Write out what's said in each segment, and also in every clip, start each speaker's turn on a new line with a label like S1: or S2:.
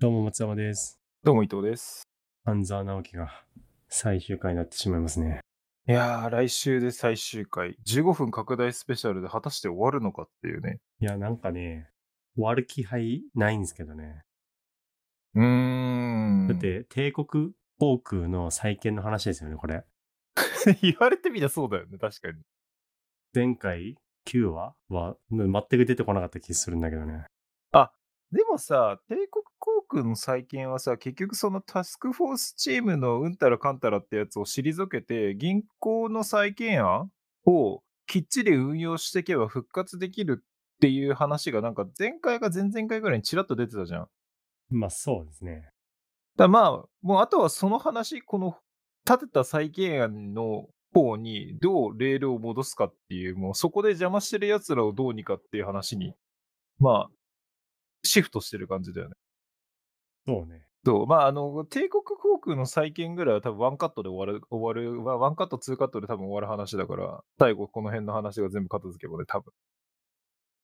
S1: どうも松山です。
S2: どうも伊藤です。
S1: 半沢直樹が最終回になってしまいますね。
S2: いやー、来週で最終回。15分拡大スペシャルで果たして終わるのかっていうね。
S1: いや、なんかね、終わる気配ないんですけどね。
S2: うーん。
S1: だっ、て、帝国航空の再建の話ですよね、これ。
S2: 言われてみたらそうだよね、確かに。
S1: 前回9話は全く出てこなかった気するんだけどね。
S2: でもさ、帝国航空の再建はさ、結局そのタスクフォースチームのうんたらかんたらってやつを退けて、銀行の再建案をきっちり運用していけば復活できるっていう話が、なんか前回か前々回ぐらいにちらっと出てたじゃん。
S1: まあそうですね。
S2: だからまあ、もうあとはその話、この立てた再建案の方にどうレールを戻すかっていう、もうそこで邪魔してるやつらをどうにかっていう話に、まあ、シフトしてる感じだよね。
S1: そうね。
S2: そう、まあ、あの、帝国航空の再建ぐらいは多分ワンカットで終わる、終わる、まあワンカット、ツーカットで多分終わる話だから、最後この辺の話が全部片付けばね、多分。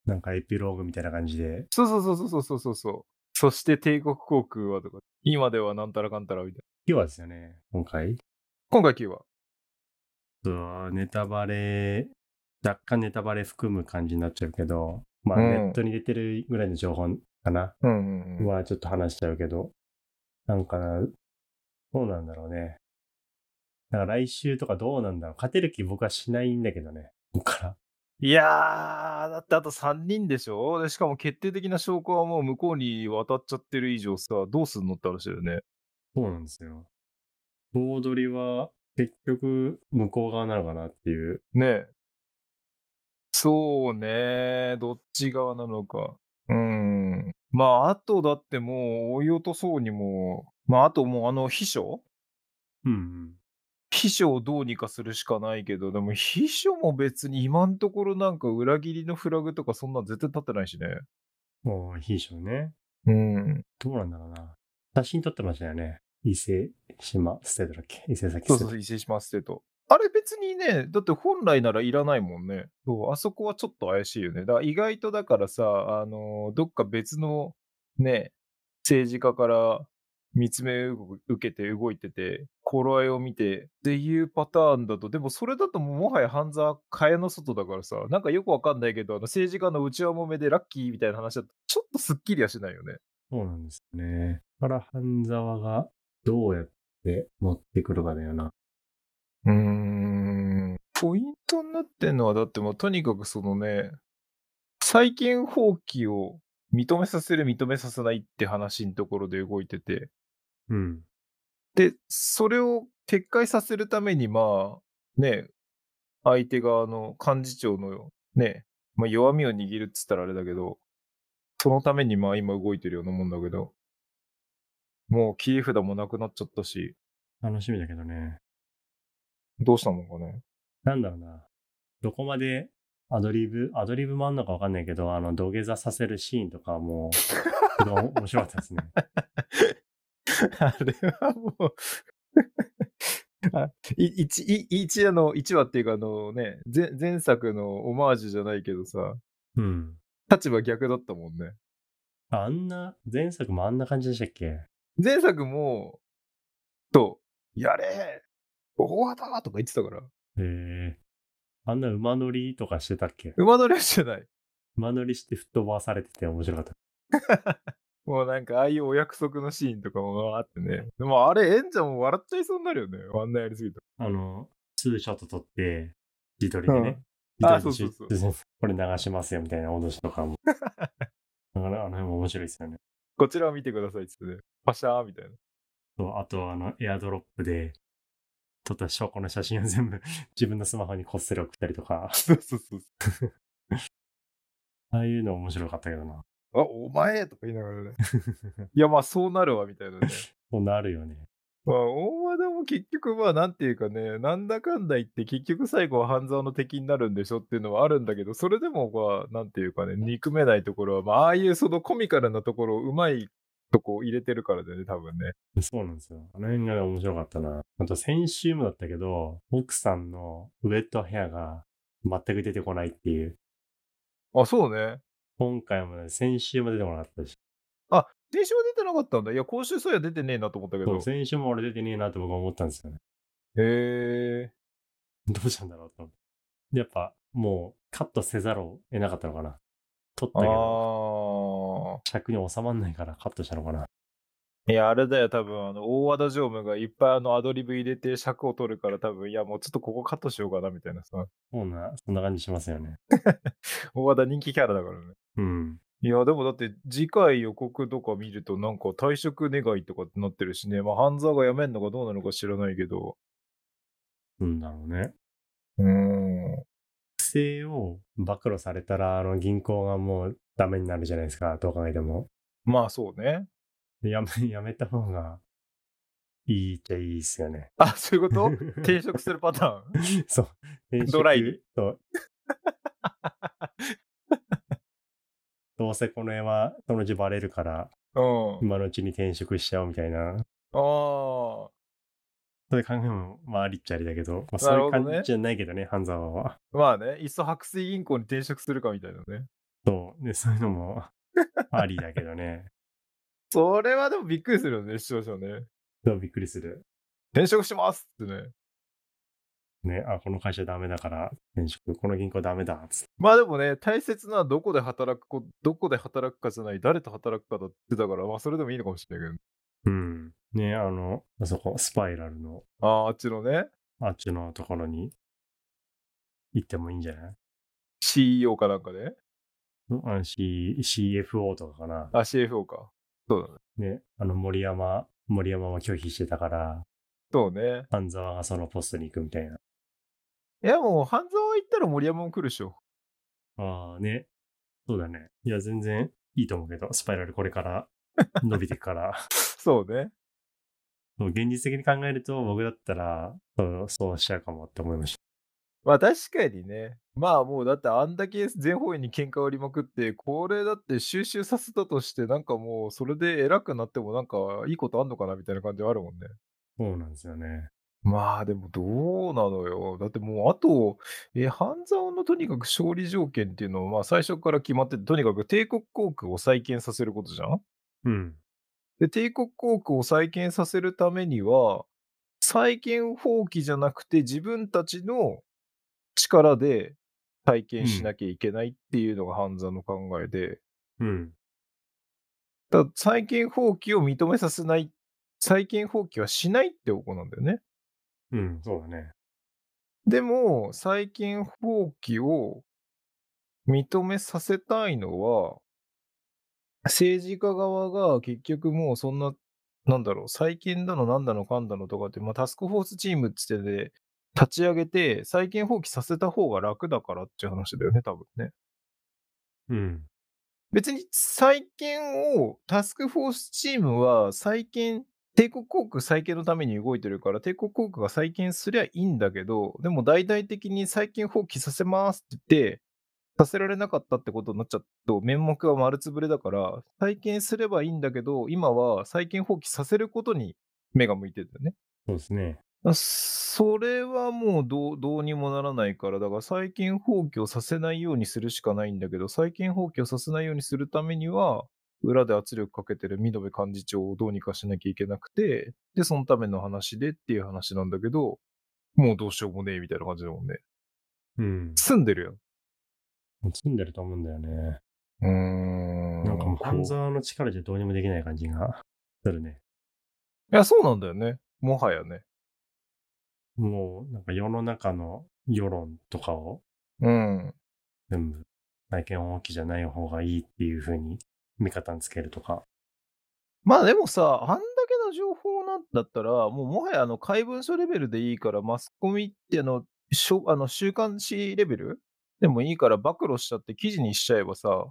S1: なんかエピローグみたいな感じで。
S2: そうそうそうそうそうそうそう。そして帝国航空はとか、今ではなんたらかんたらみたいな。
S1: 9話ですよね、今回。
S2: 今回9話。
S1: そうネタバレ、若干ネタバレ含む感じになっちゃうけど、まあ
S2: うん
S1: ネットに出てるぐらいの情報かな。
S2: うんうんうん。
S1: はちょっと話しちゃうけど、なんかな、どうなんだろうね。だから来週とかどうなんだろう。勝てる気僕はしないんだけどね。ここから。
S2: いやー、だってあと3人でしょでしかも決定的な証拠はもう向こうに渡っちゃってる以上さ、どうすんのって話だよね。
S1: そうなんですよ。棒取りは結局向こう側なのかなっていう。
S2: ねえ。そうねどっち側なのか。うん。まあ、あとだってもう追い落とそうにも、まあ、あともうあの秘書
S1: うん、うん。
S2: 秘書をどうにかするしかないけど、でも秘書も別に今のところなんか裏切りのフラグとかそんな絶対立ってないしね。
S1: もう、秘書ね。
S2: うん。
S1: どうなんだろうな。写真撮ってましたよね。伊勢島ステートだっけ伊勢崎
S2: そう
S1: ステー
S2: そう
S1: ト。
S2: そう、移植しますってと。あれ別にね、だって本来ならいらないもんね。そうあそこはちょっと怪しいよね。だから意外とだからさ、あのどっか別のね、政治家から見つめ受けて動いてて、頃合いを見てっていうパターンだと、でもそれだともうもはや半沢蚊帳の外だからさ、なんかよくわかんないけど、あの政治家の内輪もめでラッキーみたいな話だと、ちょっとすっきりはしないよね。
S1: そうなんですよね。だから半沢がどうやって持ってくるかだよな。
S2: うーんポイントになってんのは、だってもうとにかくそのね、債権放棄を認めさせる、認めさせないって話のところで動いてて、
S1: うん。
S2: で、それを撤回させるために、まあ、ね、相手側の幹事長のね、まあ、弱みを握るっつったらあれだけど、そのためにまあ今動いてるようなもんだけど、もう切り札もなくなっちゃったし、
S1: 楽しみだけどね。
S2: どうしたもんかね。
S1: なんだろうな。どこまでアドリブ、アドリブもあんのかわかんないけど、あの、土下座させるシーンとかも、すごい面白かった ですね。
S2: あれはもうあい一い一あの一話っていうかあのね前前作のオマージュじゃないけどさ
S1: うん。
S2: 立場逆だったもんね
S1: あんな、前作もあんな感じでしたっけ
S2: 前作もとやれ大和だとか言ってたから
S1: へえ。あんな馬乗りとかしてたっけ
S2: 馬乗りはしてない
S1: 馬乗りして吹っ飛ばされてて面白かった。
S2: もうなんかああいうお約束のシーンとかもわーってねでもあれ演者も笑っちゃいそうになるよねあんなやりすぎた
S1: あの、ツーショット撮って、自撮りでね。
S2: うんあ
S1: 自撮りで
S2: そう
S1: シュッこれ流しますよみたいな脅しと かも。だから、あの辺も面白いですよね。
S2: こちらを見てくださいっつってねパシャーみたいな
S1: そうあと、あの、エアドロップで撮った証拠の写真を全部 自分のスマホにこっそり送ったりとか、
S2: そうそうそう
S1: ああいうの面白かったけどな。
S2: あお前とか言いながらね いやまあそうなるわみたいなね
S1: そうなるよね。
S2: まあ、大和田も結局、まあ、なんていうかね、なんだかんだ言って、結局最後は半沢の敵になるんでしょっていうのはあるんだけど、それでも、まあ、なんていうかね、憎めないところは、まあ、ああいうそのコミカルなところをうまいとこ入れてるからだよね、多分ね。
S1: そうなんですよ。あの辺が面白かったな。あと、先週もだったけど、奥さんのウェットヘアが全く出てこないっていう。
S2: あ、そうね。
S1: 今回もね、先週も出てこなかったし。
S2: あ、先週は出てなかったんだ。いや、今週そういや出てねえなと思ったけ
S1: そ
S2: ど
S1: う。先週も俺出てねえなって僕は思ったんですよね。
S2: へえ。
S1: どうしたんだろうと思って。でやっぱ、もう、カットせざるを得なかったのかな。撮ったけど、
S2: あ
S1: 尺に収まんないからカットしたのかな。
S2: あ。いや、あれだよ、多分、あの、大和田常務がいっぱいあの、アドリブ入れて尺を取るから、多分、いや、もうちょっとここカットしようかな、みたいなさ。
S1: そんな、そんな感じしますよね。
S2: 大和田人気キャラだからね。
S1: うん。
S2: いや、でもだって、次回予告とか見ると、なんか退職願いとかってなってるしね。まあ、半沢が辞めんのかどうなのか知らないけど。
S1: なんだろうね。
S2: うーん。
S1: 不正を暴露されたら、あの、銀行がもうダメになるじゃないですか。どう考えても。
S2: まあ、そうね。
S1: でやめ、やめた方が、いいっちゃいいっすよね。
S2: あ、そういうこと 転職するパターン
S1: そう。転職
S2: ドライに
S1: そう。どうせこの絵はそのうちバレるから、
S2: うん。
S1: 今のうちに転職しちゃおうみたいな。
S2: ああ。
S1: そういう考えも、まあありっちゃありだけど、まあ、
S2: な
S1: そう
S2: る
S1: いう
S2: ほどね
S1: 感じじゃないけどね、半沢は。
S2: まあね、いっそ白水銀行に転職するかみたいなね。
S1: そう。で、そういうのも ありだけどね。
S2: それはでもびっくりするよね、視聴者ね。
S1: そう、びっくりする。
S2: 転職しますってね。
S1: ね、あ、この会社ダメだから、転職、この銀行ダメだ、つって
S2: まあでもね、大切なのはどこで働くこ、どこで働くかじゃない、誰と働くかだって言ってたから、まあそれでもいいのかもしれない
S1: う
S2: け
S1: ん。ね、あの、あそこ、スパイラルの、
S2: ど。ああ、あっちのね、
S1: あっちのところに行ってもいいんじゃない
S2: CEO かなんかね。
S1: うんあの C ?CFO とかかな。
S2: あ、CFO か。そうだね。
S1: ね、あの森山、森山は拒否してたから、
S2: そうね。
S1: 半沢がそのポストに行くみたいな。
S2: いやもう、半沢行ったら森山も来るでしょ。
S1: ああね、そうだね。いや、全然いいと思うけど、スパイラルこれから伸びていくから。
S2: そうね。
S1: そう現実的に考えると、僕だったら、そう、そうしちゃうかもって思いまし
S2: まあ確かにね。まあもうだってあんだけ全方位に喧嘩を売りまくって、これだって収集させたとして、なんかもうそれで偉くなってもなんかいいことあんのかなみたいな感じはあるもんね。
S1: た。そうなんですよね。
S2: まあでもどうなのよ。だってもうあと、え、半沢のとにかく勝利条件っていうのはまあ最初から決まってて、とにかく帝国航空を再建させることじゃん
S1: うん。
S2: で、帝国航空を再建させるためには、再建放棄じゃなくて自分たちの力で再建しなきゃいけないっていうのが半沢の考えで、
S1: うん。
S2: ただ再建放棄を認めさせない、再建放棄はしないってことなんだよね。
S1: うん、そうだね。
S2: でも、再建放棄を認めさせたいのは、政治家側が結局もうそんな、なんだろう、再建だの、なんだの、かんだのとかって、まあ、タスクフォースチームっつってで、立ち上げて、再建放棄させた方が楽だからっていう話だよね、多分ね。
S1: うん。
S2: 別に再建を、タスクフォースチームは再建、帝国航空再建のために動いてるから、帝国航空が再建すりゃいいんだけど、でも大々的に再建放棄させますって言って、させられなかったってことになっちゃうと、面目が丸つぶれだから、再建すればいいんだけど、今は再建放棄させることに目が向いてるんだよね。
S1: そうですね。
S2: それはもうどうどうにもならないから、だから再建放棄をさせないようにするしかないんだけど、再建放棄をさせないようにするためには、裏で圧力かけてる見延幹事長をどうにかしなきゃいけなくて、で、そのための話でっていう話なんだけど、もうどうしようもねえみたいな感じだもんね。
S1: うん。
S2: 住んでる
S1: 住んでると思うんだよね。
S2: やん。
S1: なんかもう、
S2: こう
S1: 半沢の力じゃどうにもできない感じがするね。
S2: いや、そうなんだよね。もはやね。
S1: もう、なんか世の中の世論とかを
S2: うん。
S1: 全部、再建放棄じゃない方がいいっていう風に味方につけるとか。
S2: まあでもさ、あんだけの情報なんだったら、もうもはやあの怪文書レベルでいいから、マスコミってあの、しょあの週刊誌レベルでもいいから暴露しちゃって記事にしちゃえばさ、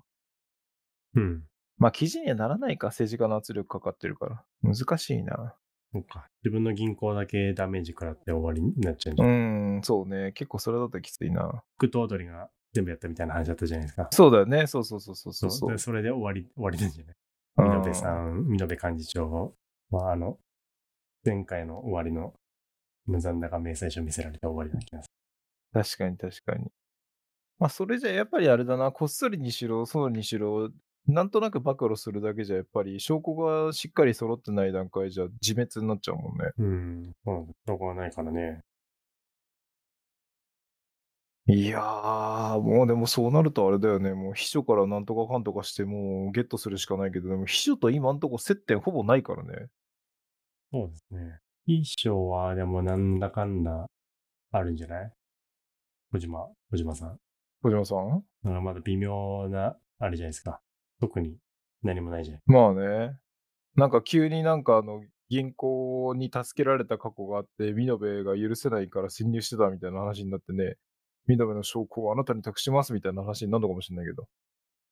S1: うん。
S2: まあ記事にはならないか、政治家の圧力かかってるから。難しいな。
S1: そっか。自分の銀行だけダメージ食らって終わりになっちゃうんじ
S2: う
S1: ゃん。
S2: ーん、そうね。結構それだときついな。
S1: 副頭取が全部やったみたいな話だったじゃないですか。
S2: そうだよね。そうそうそうそうそう
S1: そうで。それで終わり、終わりなんじゃない
S2: うん
S1: 見延さん、見延幹事長は、あの、前回の終わりの残高明細書見せられた終わりな気がす
S2: 確かに確かに。まあそれじゃやっぱりあれだな、こっそりにしろ、そうにしろ、なんとなく暴露するだけじゃ、やっぱり証拠がしっかり揃ってない段階じゃ自滅になっちゃうもんね。
S1: うん。そうなんだ。証拠がないからね。
S2: いやー、もうでもそうなるとあれだよね。もう秘書からなんとかかんとかして、もうゲットするしかないけど、でも秘書と今んとこ接点ほぼないからね。
S1: そうですね。衣装は、でもなんだかんだ、あるんじゃない小島、小島さん。
S2: 小島さん
S1: なんかまだ微妙な、あれじゃないですか。特に何もないじゃない。
S2: まあね。なんか急になんかあの、銀行に助けられた過去があって、ミノベが許せないから侵入してたみたいな話になってね、ミノベの証拠をあなたに託しますみたいな話になるのかもしれないけど。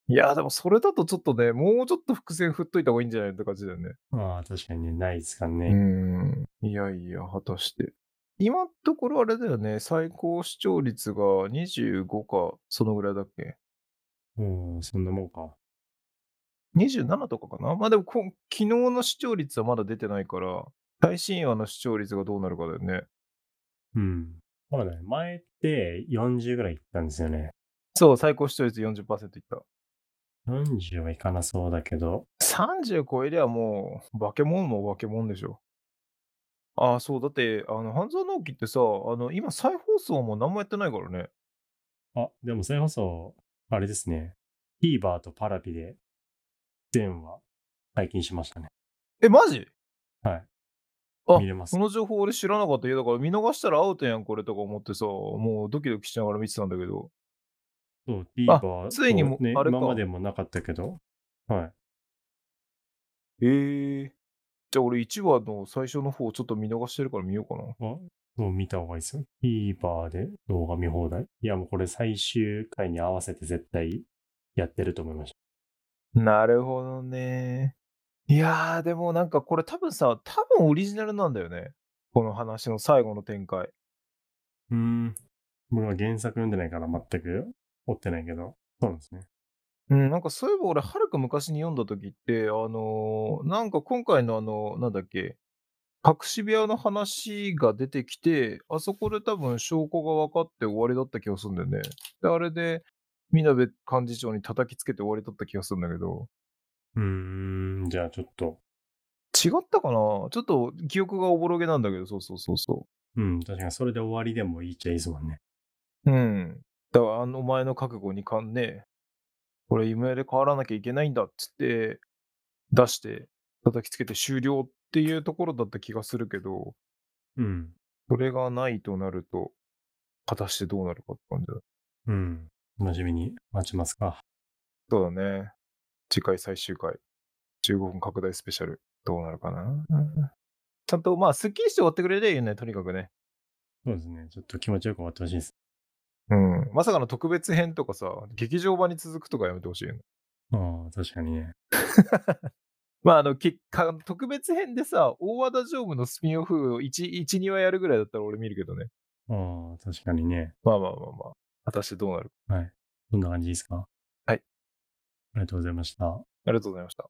S2: いやーでもそれだとちょっとね、もうちょっと伏線振っといた方がいいんじゃないって感じだよね。
S1: ああ、確かにね、ないですから
S2: う
S1: ね。
S2: ん。いやいや、果たして。今のところあれだよね、最高視聴率が25か、そのぐらいだっけ
S1: うん、そんなもんか。
S2: 27とかかなまあでもこ、昨日の視聴率はまだ出てないから、最新話の視聴率がどうなるかだよね。
S1: うん。ほらね、前って40ぐらいいったんですよね。
S2: そう、最高視聴率40%いった。
S1: 40はいかなそうだけど、
S2: 30超えりゃもう、化け物も化け物でしょ。ああ、そう、だって、あの、半沢直樹ってさ、あの、今再放送も何もやってないからね。
S1: あ、でもそれこそ、あれですね。TVer とパラピで、全話、解禁しましたね。
S2: え、マジ
S1: はい。
S2: あ
S1: 見れます
S2: そ。の情報俺知らなかった。いやだから見逃したらアウトやん、これとか思ってさ、もうドキドキしながら見てたんだけど。
S1: そう、TVer。
S2: ついにも
S1: そうね、
S2: あれか
S1: 今までもなかったけど。はい。
S2: へえ。じゃあ俺1話の最初の方ちょっと見逃してるから見ようかな。
S1: あそう、見た方がいいですよ。TVer で動画見放題。いや、もうこれ最終回に合わせて絶対やってると思いました。
S2: なるほどね。いやー、でもなんかこれ多分さ、多分オリジナルなんだよね。この話の最後の展開。
S1: うーん。僕は原作読んでないから全く追ってないけど。そうなんですね。
S2: うん、なんかそういえば俺、はるか昔に読んだ時って、あのーなんか今回のあの、なんだっけ、隠し部屋の話が出てきて、あそこで多分証拠が分かって終わりだった気がするんだよね。で、あれで、みなべ幹事長に叩きつけて終わりだった気がするんだけど、
S1: うーん、じゃあちょっと。
S2: 違ったかなちょっと記憶がおぼろげなんだけど、そうそうそうそ
S1: うん、確かにそれで終わりでもいいっちゃいいですもんね。
S2: う。うん。だから、あのお前の覚悟にかんね、これ夢で変わらなきゃいけないんだっつって、出して、叩きつけて終了っていうところだった気がするけど、
S1: うん。
S2: それがないとなると、果たしてどうなるかって感じだ。
S1: うん。楽しみに待ちますか。
S2: そうだね。次回最終回、15分拡大スペシャル、どうなるかな。ちゃんと、まあ、スッキリして終わってくれりゃいいよね、とにかくね。
S1: そうですね。ちょっと気持ちよく終わってほしいです。
S2: うん。まさかの特別編とかさ、劇場版に続くとかやめてほしいよね。
S1: ああ、確かにね。
S2: まあ、あの、結果、特別編でさ、大和田常務のスピンオフを1、1、2話やるぐらいだったら俺見るけどね。
S1: ああ、確かにね。
S2: まあまあまあまあ。果たしてどうなるか。
S1: はい。そんな感じですか
S2: はい。
S1: ありがとうございました。
S2: ありがとうございました。